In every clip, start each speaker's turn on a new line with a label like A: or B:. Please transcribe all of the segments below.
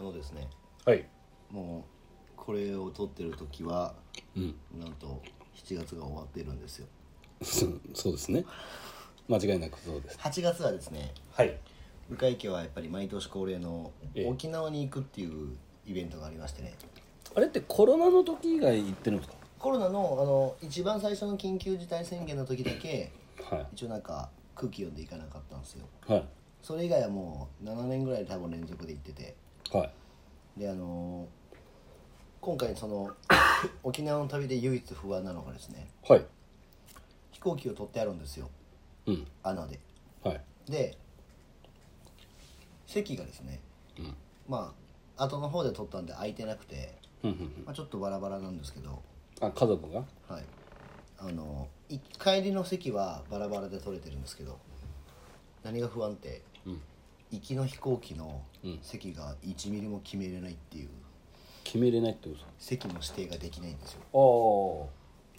A: のですね
B: はい
A: もうこれを撮ってる時は
B: うん
A: なんと7月が終わっているんですよ
B: そそうですね間違いなくそうです
A: 8月はですね
B: はい
A: 鵜飼家はやっぱり毎年恒例の
B: ええ
A: 沖縄に行くっていうイベントがありましてね
B: あれってコロナの時以外行ってるんです
A: コロナのあの一番最初の緊急事態宣言の時だけ
B: かは
A: 一応なんか空気読んでいかなかったんですよ
B: いは
A: それ以外はもう7年ぐらい多分連続で行ってて
B: いはい
A: であのー今回そ の沖縄の旅で唯一不安なのがですね
B: はい
A: 飛行機を取ってあるんですよ
B: うん
A: 穴で
B: はい
A: で席がですね
B: うん
A: まあ後の方で取ったんで空いてなくて、
B: うんうんうん
A: まあ、ちょっとバラバラなんですけど
B: あ家族が
A: はいあのい帰りの席はバラバラで取れてるんですけど何が不安って
B: うん
A: 行きの飛行機の
B: うん
A: 席が1ミリも決めれないっていう
B: 決めれないってこ
A: 席の指定ができないんですよ
B: と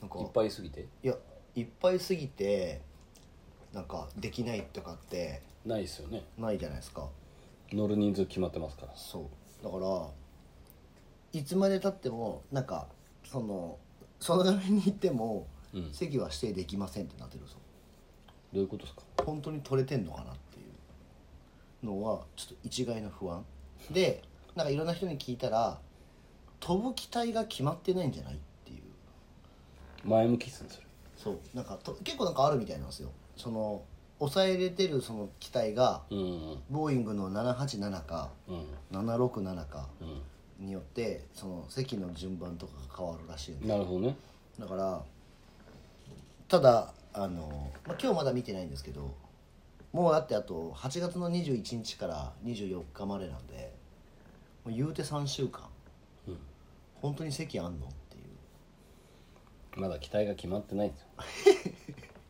A: なん
B: あ
A: か
B: あいっぱいすぎて
A: いやいっぱいすぎてなんかできないとかって
B: ないですよね
A: ないじゃないですか
B: 乗る人数決まってますから
A: そうだからいつまでたってもなんかそのその画面に行っても、
B: うん
A: 席は指定できませんってなってるんですよ
B: どういうことですか
A: 本当に取れてんのかなっていうのはちょっと一概の不安でなんかいろんな人に聞いたら飛ぶ機体が決まってないんじゃないっていう
B: 前向きっすねそれ
A: そうなんかと結構なんかあるみたいなんですよその抑えれてるその機体が
B: うんうん
A: ボーイングの787か
B: うん
A: 767か
B: う
A: によってその席の順番とかが変わるらしいん
B: ん
A: で
B: なるほどね
A: だからただあの、まあ、今日まだ見てないんですけどもうだってあと8月の21日から24日までなんでもう言うて3週間
B: うん
A: 本当に席あんのっていう
B: まだ期待が決まってないんですよ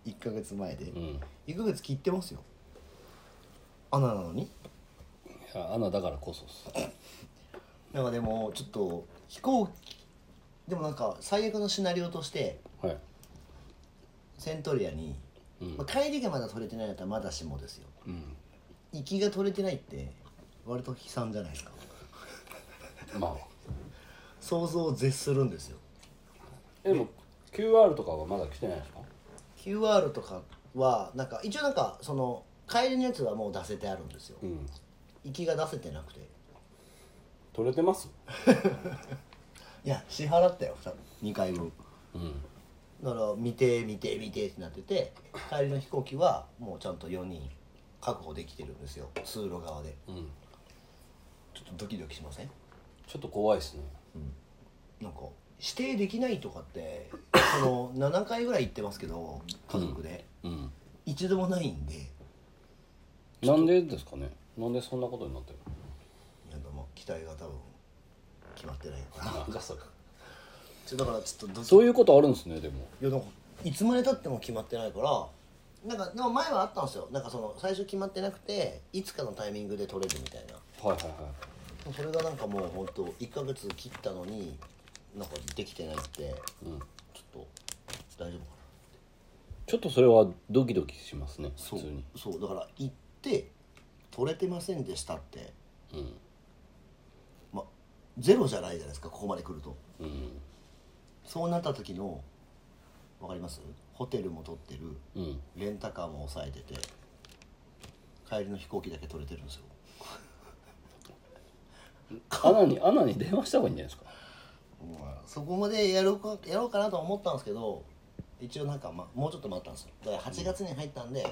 A: 1ヶ月前で
B: うん
A: 1ヶ月切ってますよ穴なのに
B: いやアナだからこそっす
A: なんかでもちょっと飛行機でもなんか最悪のシナリオとして
B: はい
A: セントリアに、
B: うん
A: まあ、帰りがまだ取れてないんだったらまだしもですよ
B: うん
A: 行きが取れてないって割と悲惨じゃないですか
B: まあ
A: 想像を絶するんですよ
B: でも QR とかはまだ来てないですか
A: QR とかはなんか一応なんかその帰りのやつはもう出せてあるんですよ
B: うん
A: 行きが出せてなくて
B: 取れてます
A: いや支払ったよ2回分
B: うん
A: だから見て見て見てってなってて帰りの飛行機はもうちゃんと4人確保できてるんですよ通路側で
B: うん
A: ちょっとドキドキしません
B: ちょっと怖いですね
A: なんか指定できないとかってその7回ぐらい行ってますけど家族で、
B: うん
A: 一度もないんでい
B: なんでですかねなんでそんなことになってる
A: やでも期待が多分決まってないのかな
B: のじゃそれ
A: ちょだからちょっとど
B: そういうことあるんですねでも
A: いやなんかいつまでたっても決まってないからなんかでも前はあったんですよなんかその最初決まってなくていつかのタイミングで取れるみたいな
B: はいはいは
A: それがなんかもう本当1ヶ月切ったのになんかできてないって
B: い、うん、
A: ちょっと大丈夫かな
B: ちょっとそれはドキドキしますね普通に
A: そうだから行って取れてませんでしたって
B: うん
A: まゼロじゃないじゃないですかここまで来ると
B: うん
A: そうなった時のわかりますホテルも取ってる
B: うん
A: レンタカーも抑えてて帰りの飛行機だけ取れてるんですよ
B: アナにアナに電話した方がいいんじゃないですか
A: まあそこまでやろうかやろうかなとは思ったんですけど一応なんか、ま、もうちょっと待ったんですよだから8月に入ったんで、ちょ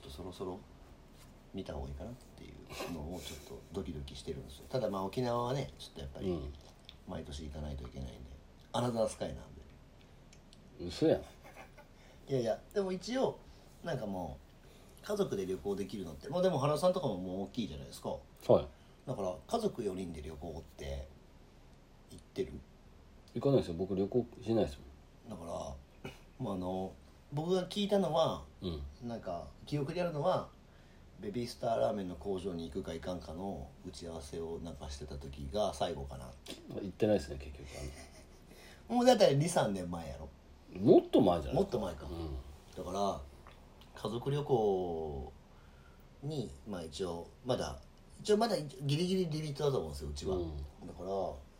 A: っとそろそろ見た方がいいかなっていうのをちょっとドキドキしてるんですよただまあ沖縄はねちょっとやっぱ
B: う
A: り
B: ん
A: 毎年行かないといけないんで、アナザースカイなんで
B: 嘘やん
A: いやいやでも一応なんかもう家族で旅行できるのってまあでも原さんとかももう大きいじゃないですか
B: はい
A: だから家族4人で旅行って行ってる
B: 行かないですよ僕旅行しないです
A: だから、まあ、あの僕が聞いたのは
B: もんうん
A: なんか記憶にあるのはベビースターラーメンの工場に行くか行かんかの打ち合わせをなんかしてた時が最後かなって
B: 行ってないですね結局
A: もうだったら23年前やろ
B: あのもっと前じゃない
A: もっ
B: ですか
A: と前か、
B: うん
A: だから家族旅行にまあ一応まだ一応まだギリギリリミットだと思うんですようちは、
B: うん
A: だから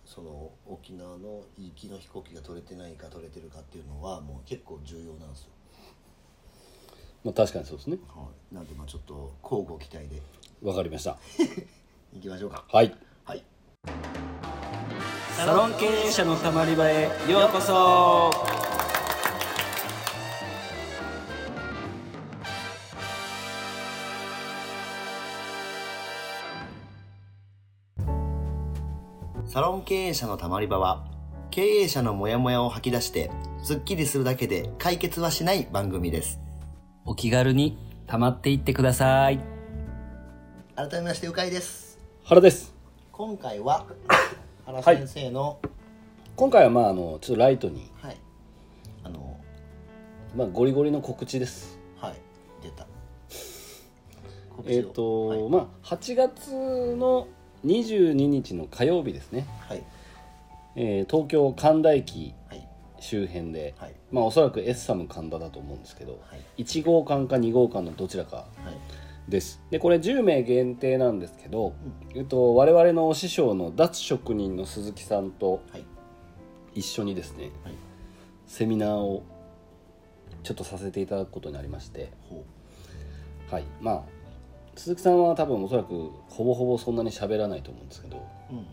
A: その沖縄の行きの飛行機が取れてないか取れてるかっていうのはもう結構重要なんですよ、
B: まあ確かにそうですね
A: はい、なんでまあちょっと交互期待で
B: わかりました
A: いきましょうか
B: はい
A: はい
B: サロン経営者のたまり場へようこそ
A: サロン経営者のたまり場は経営者のモヤモヤを吐き出してスッキリするだけで解決はしない番組です
C: お気軽に溜まっていってください
A: 改めましてうかいです
B: 原です
A: 今回は原
B: はい
A: 先生の
B: 今回はまああのちょっとライトに、
A: はい、あの
B: まあ、ゴリゴリの告知です
A: はい出た告
B: えっ、
A: 知を
B: と、
A: はい
B: まあ8月の22日の火曜日ですね、
A: はい
B: えー東京神田駅
A: はい
B: 周辺で、
A: はい
B: まあおそらくエッサム神田だと思うんですけど、
A: はい
B: 1号館か2号館のどちらか
A: はい
B: ですでこれ10名限定なんですけど、
A: う
B: えっと、我々の師匠の脱職人の鈴木さんと
A: はい
B: 一緒にですね
A: はい
B: セミナーをちょっとさせていただくことになりまして
A: ほ
B: はいまあ鈴木さんは多分おそらくほぼほぼそんなに喋らないと思うんですけど、
A: ううんうん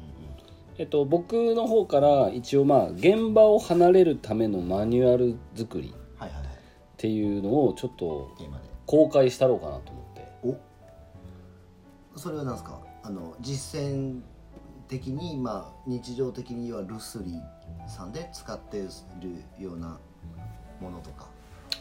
B: えっと、僕の方から一応まあ現場を離れるためのマニュアル作りっ
A: うんはいはいはい
B: ていうのをちょっと
A: テーマで
B: 公開したろうかなと思って
A: おそれは何ですかあの実践的にまあ日常的にはルスリーさんで使ってるようなものとか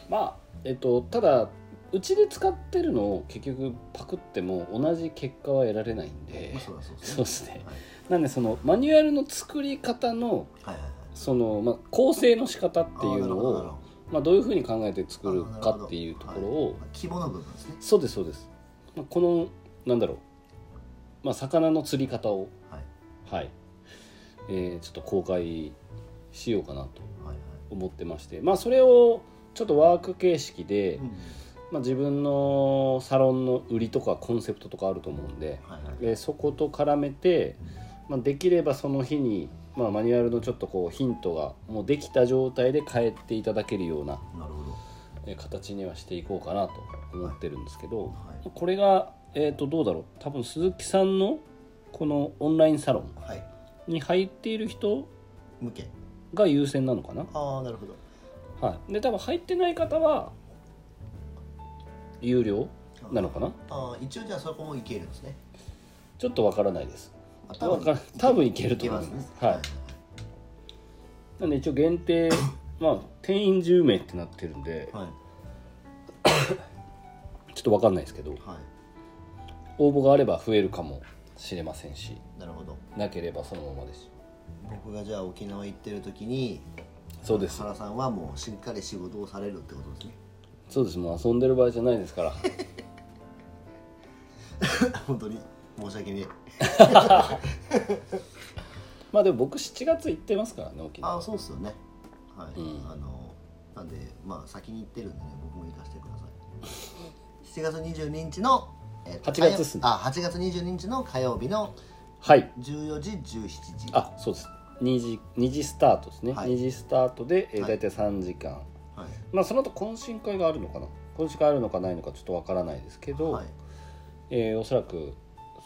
B: まあえっとただうちで使ってるのを結局パクっても同じ結果は得られないんで
A: まあそうだそうですね
B: そうですね
A: はい
B: なんでそのマニュアルの作り方の
A: はいはいはい
B: その、まあ、構成の仕方ってい
A: あーな
B: う
A: る
B: の
A: ほどなる
B: を
A: ほ
B: まあ、どういうふうに考えて作る
A: あなる
B: か
A: ほど
B: っていうところを、
A: どまあ規模の部分ですね
B: そうですそうです、まあ、このなんだろう、まあ、魚の釣り方を
A: はい
B: はい、えーちょっと公開しようかなと
A: はいはい
B: 思ってましてまあそれをちょっとワーク形式で、
A: うん
B: まあ、自分のサロンの売りとかコンセプトとかあると思うんで、
A: はいはい
B: えーそこと絡めて、まあ、できればその日に、まあ、マニュアルのちょっとこうヒントがもうできた状態で帰っていただけるような
A: なるほど
B: えー形にはしていこうかなと思ってるんですけど、
A: はい
B: これが、えー、とどうだろう多分鈴木さんのこのオンラインサロン
A: はい
B: に入っている人
A: 向け
B: が優先なのかな、
A: ああなるほど
B: はい、で多分入ってない方は有料なのかな
A: ああ一応じゃあそこもいけるんですね
B: ちょっとわからないです
A: あ
B: わから多分いけると思い
A: け
B: ます
A: ね
B: はいなんで一応限定 まあ定員10名ってなってるんで
A: はい
B: ちょっとわかんないですけど
A: は
B: 応募があれば増えるかもしれませんし
A: いなるほど
B: なければそのままです
A: 僕がじゃあ沖縄行ってる時に
B: そうです
A: 原さんはもうしっかり仕事をされるってことですね
B: そうですもう遊んでる場合じゃないですから
A: 本当に申し訳ねえ
B: まあでも僕7月行ってますからね沖
A: あ
B: 縄
A: あそうっすよねはい、
B: うん
A: あのなんでまあ先に行ってるんでね僕も行かせてください7月22日の、えっと
B: 8月っすね
A: 火曜あ8月22日の火曜日の
B: はい
A: 14時17時
B: あそうです2時 ,2 時スタートですね、
A: はい
B: 2時スタートで、えー
A: はい
B: 大体3時間、
A: は
B: まあその後懇親会があるのかな懇親会あるのかないのかちょっとわからないですけ
A: い
B: ど、
A: はい
B: えーおそらく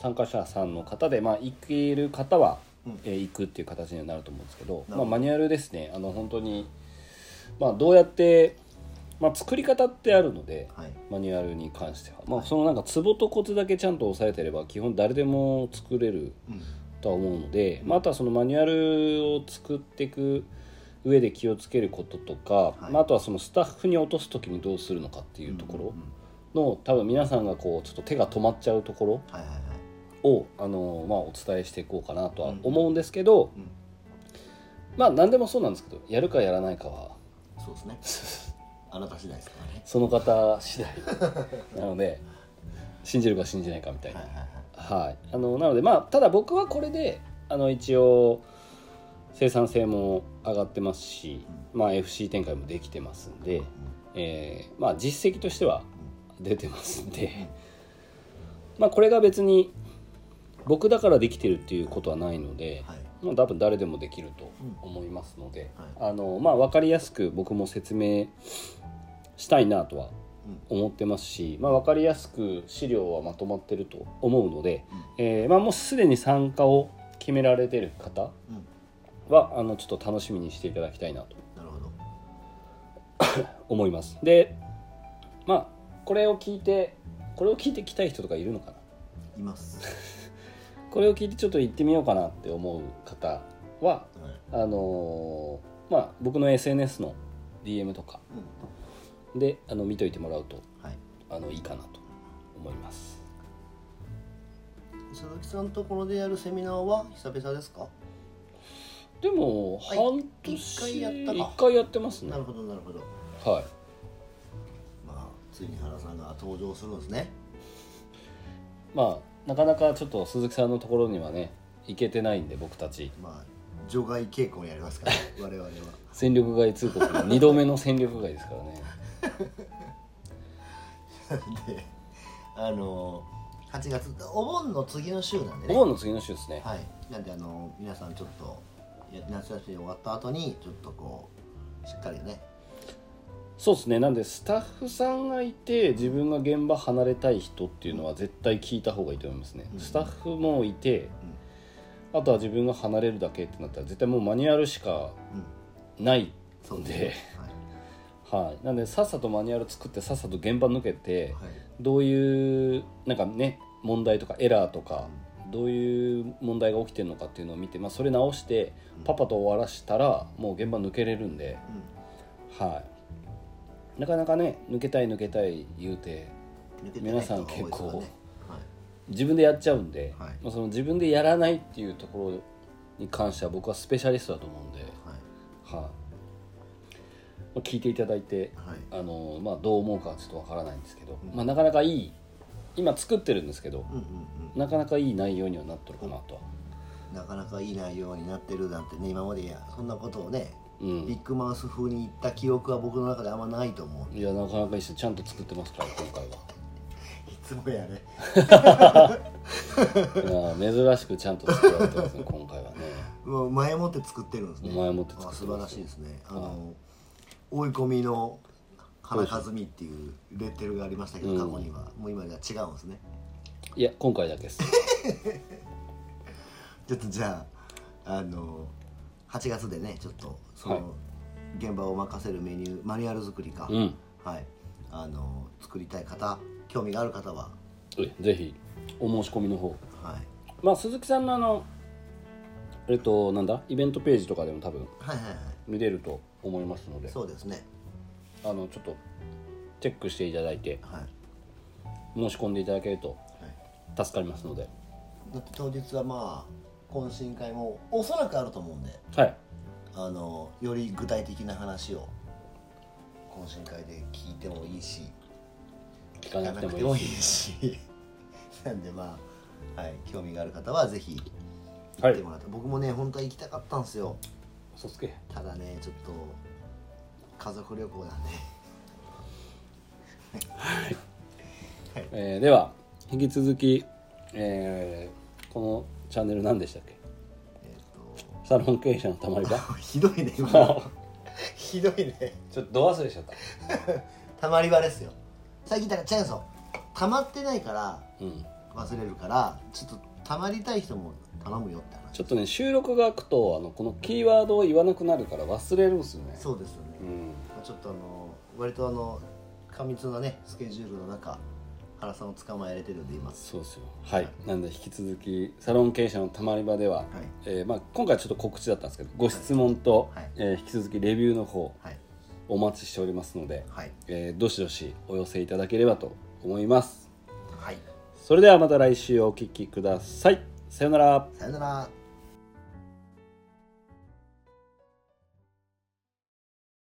B: 参加者さんの方で、まあ、行ける方は、
A: うん
B: えー行くっていう形にはなると思うんですけど
A: なるほど
B: まあ、マニュアルですねあの本当に、まあ、どうやって、まあ、作り方ってあるので
A: はい
B: マニュアルに関しては、まあ、そのなんかツボとコツだけちゃんと押さえてれば基本誰でも作れる
A: うん
B: とは思うので、まあ、あとはそのマニュアルを作っていく上で気をつけることとか、
A: い
B: まあ、あとはそのスタッフに落とす時にどうするのかっていうところの、多分皆さんがこうちょっと手が止まっちゃうとこ
A: はいはいはい
B: ろを、あのまあ、お伝えしていこうかなとは思うんですけど、
A: うん
B: まあ何でもそうなんですけどやるかやらないかは
A: そうですね あなた次第ですからね
B: その方次第な ので信じるか信じないかみたいな
A: はいはいはい
B: はい、あのなのでまあただ僕はこれであの一応生産性も上がってますし、まあ、FC 展開もできてますんで、えーまあ、実績としては出てますんで、まあ、これが別に僕だからできてるっていうことはないので、
A: はい
B: もう多分誰でもできると思いますので、
A: うん
B: あのまあ、分かりやすく僕も説明したいなとは
A: うん
B: 思ってますし、まあ、分かりやすく資料はまとまってると思うので、えーまあ、もうすでに参加を決められてる方
A: うん
B: はあのちょっと楽しみにしていただきたいなと
A: なるほど
B: 思いますでまあこれを聞いてこれを聞いてきたい人とかいるのかない
A: ます、
B: これを聞いてちょっと行ってみようかなって思う方は
A: はい
B: あのーまあ僕の SNS の DM とか
A: うん
B: であの見といてもらうと
A: はい、
B: あのいいかなと思います
A: 佐々木さんところでやるセミナーは久々ですか、
B: でも
A: はい
B: 半年
A: 一回やったか
B: 一回やってますね
A: なるほどなるほど
B: はい
A: まあついに原さんが登場するんですね
B: まあなかなかちょっと鈴木さんのところにはね行けてないんで僕たち
A: まあ除外傾向にあり ますから我々は
B: 戦力外通 告の2度目の戦力外ですからね
A: であの8月お盆の次の週なんで
B: お
A: ね
B: 盆の次の週ですね
A: はいなんであの皆さんちょっとや夏休み終わった後にちょっとこうしっかりね
B: そうですねなんでスタッフさんがいて自分が現場離れたい人っていうのは絶対聞いた方がいいと思いますね、
A: うん
B: スタッフもいて、あとは自分が離れるだけってなったら絶対もうマニュアルしか
A: うん
B: ない
A: そうです
B: で
A: ね、はい
B: はい、なんでさっさとマニュアル作ってさっさと現場抜けて、
A: はい
B: どういうなんかね問題とかエラーとか、どういう問題が起きてるのかっていうのを見て、まあ、それ直して
A: うん
B: パパと終わらしたらもう現場抜けれるんで、はい、なかなかね抜けたい抜けたい言うて
A: うん抜けてない
B: 皆
A: 人
B: さ
A: が
B: ん
A: 多いです
B: 結
A: からね
B: 構
A: はい
B: 自分でやっちゃうんで、
A: はい
B: まあ、その自分でやらないっていうところに関しては僕はスペシャリストだと思うんで、はいまあ聞いていただいて
A: はいはい
B: あのまあ、どう思うかはちょっとわからないんですけど、まあ、なかなかいい今作ってるんですけど、
A: うんうん
B: なかなかいい内容にはなってるかなとは、
A: うんなかなかいい内容になってるなんてね今までやそんなことをね
B: う
A: ビ
B: ん、
A: ッグマウス風に言った記憶は僕の中であんまないと思う
B: いやなかなかいいしちゃんと作ってますから今回
A: い
B: は。
A: つもやね
B: いやー珍しくちゃんと作られてますね今回はね
A: もう前もって作ってるんですね
B: 前もって作って
A: あ
B: ます
A: 素晴らしいですねあの追い込みの花和美っていうレッテルがありましたけど過去には、もう今じゃ違うんですね
B: いや今回だけです
A: ちょっとじゃああの8月でねちょっとそ
B: はい
A: の現場を任せるメニューマニュアル作りか、
B: うん
A: はいあの作りたい方興味がある方は
B: ぜひお申し込みの方
A: はい
B: まあ鈴木さんのあのえっとなんだイベントページとかでも多分
A: はいはいはい
B: 見れると思いますので
A: そうですね
B: あのちょっとチェックしていただいて
A: はい、
B: 申し込んでいただけると
A: はい
B: 助かりますので
A: だって当日はまあ懇親会もおそらくあると思うんで
B: はい
A: あのより具体的な話を懇親会で聞いてもいいし
B: 聞か
A: 聞
B: な
A: か
B: く
A: な
B: て
A: く
B: も
A: ても
B: いい
A: いい
B: し
A: し なんでまあ、はい、興味がある方はぜひ行
B: はい
A: ってもらって、僕もね本当は行きたかったんですよ
B: そつけ
A: ただねちょっと家族旅行なんで
B: えーでは引き続き、えーこのチャンネル何でしたっけ
A: えっと
B: サロン経営者のたまり場
A: ひどいね今 ひどいね
B: ちょっとど忘れしちゃった
A: たまり場ですよ最近だから違うんですよたまってないから
B: うん
A: 忘れるからちょっとたまりたい人も頼むよって話
B: ちょっとね収録が空くとあのこのキーワードを言わなくなるから忘れるんですよね
A: そうですよね、
B: うん
A: まあちょっとあの割とあの過密なねスケジュールの中原さんを捕まえられてるんで今
B: そうですよはいなんで引き続きサロン経営者のたまり場では、えーまあ、今回ちょっと告知だったんですけどご質問と、
A: はい
B: えー引き続きレビューの方
A: はい
B: お待ちしておりますので、
A: はい
B: えーどしどしお寄せいただければと思います
A: はい
B: それではまた来週お聞きくださいさようなら
A: さよなら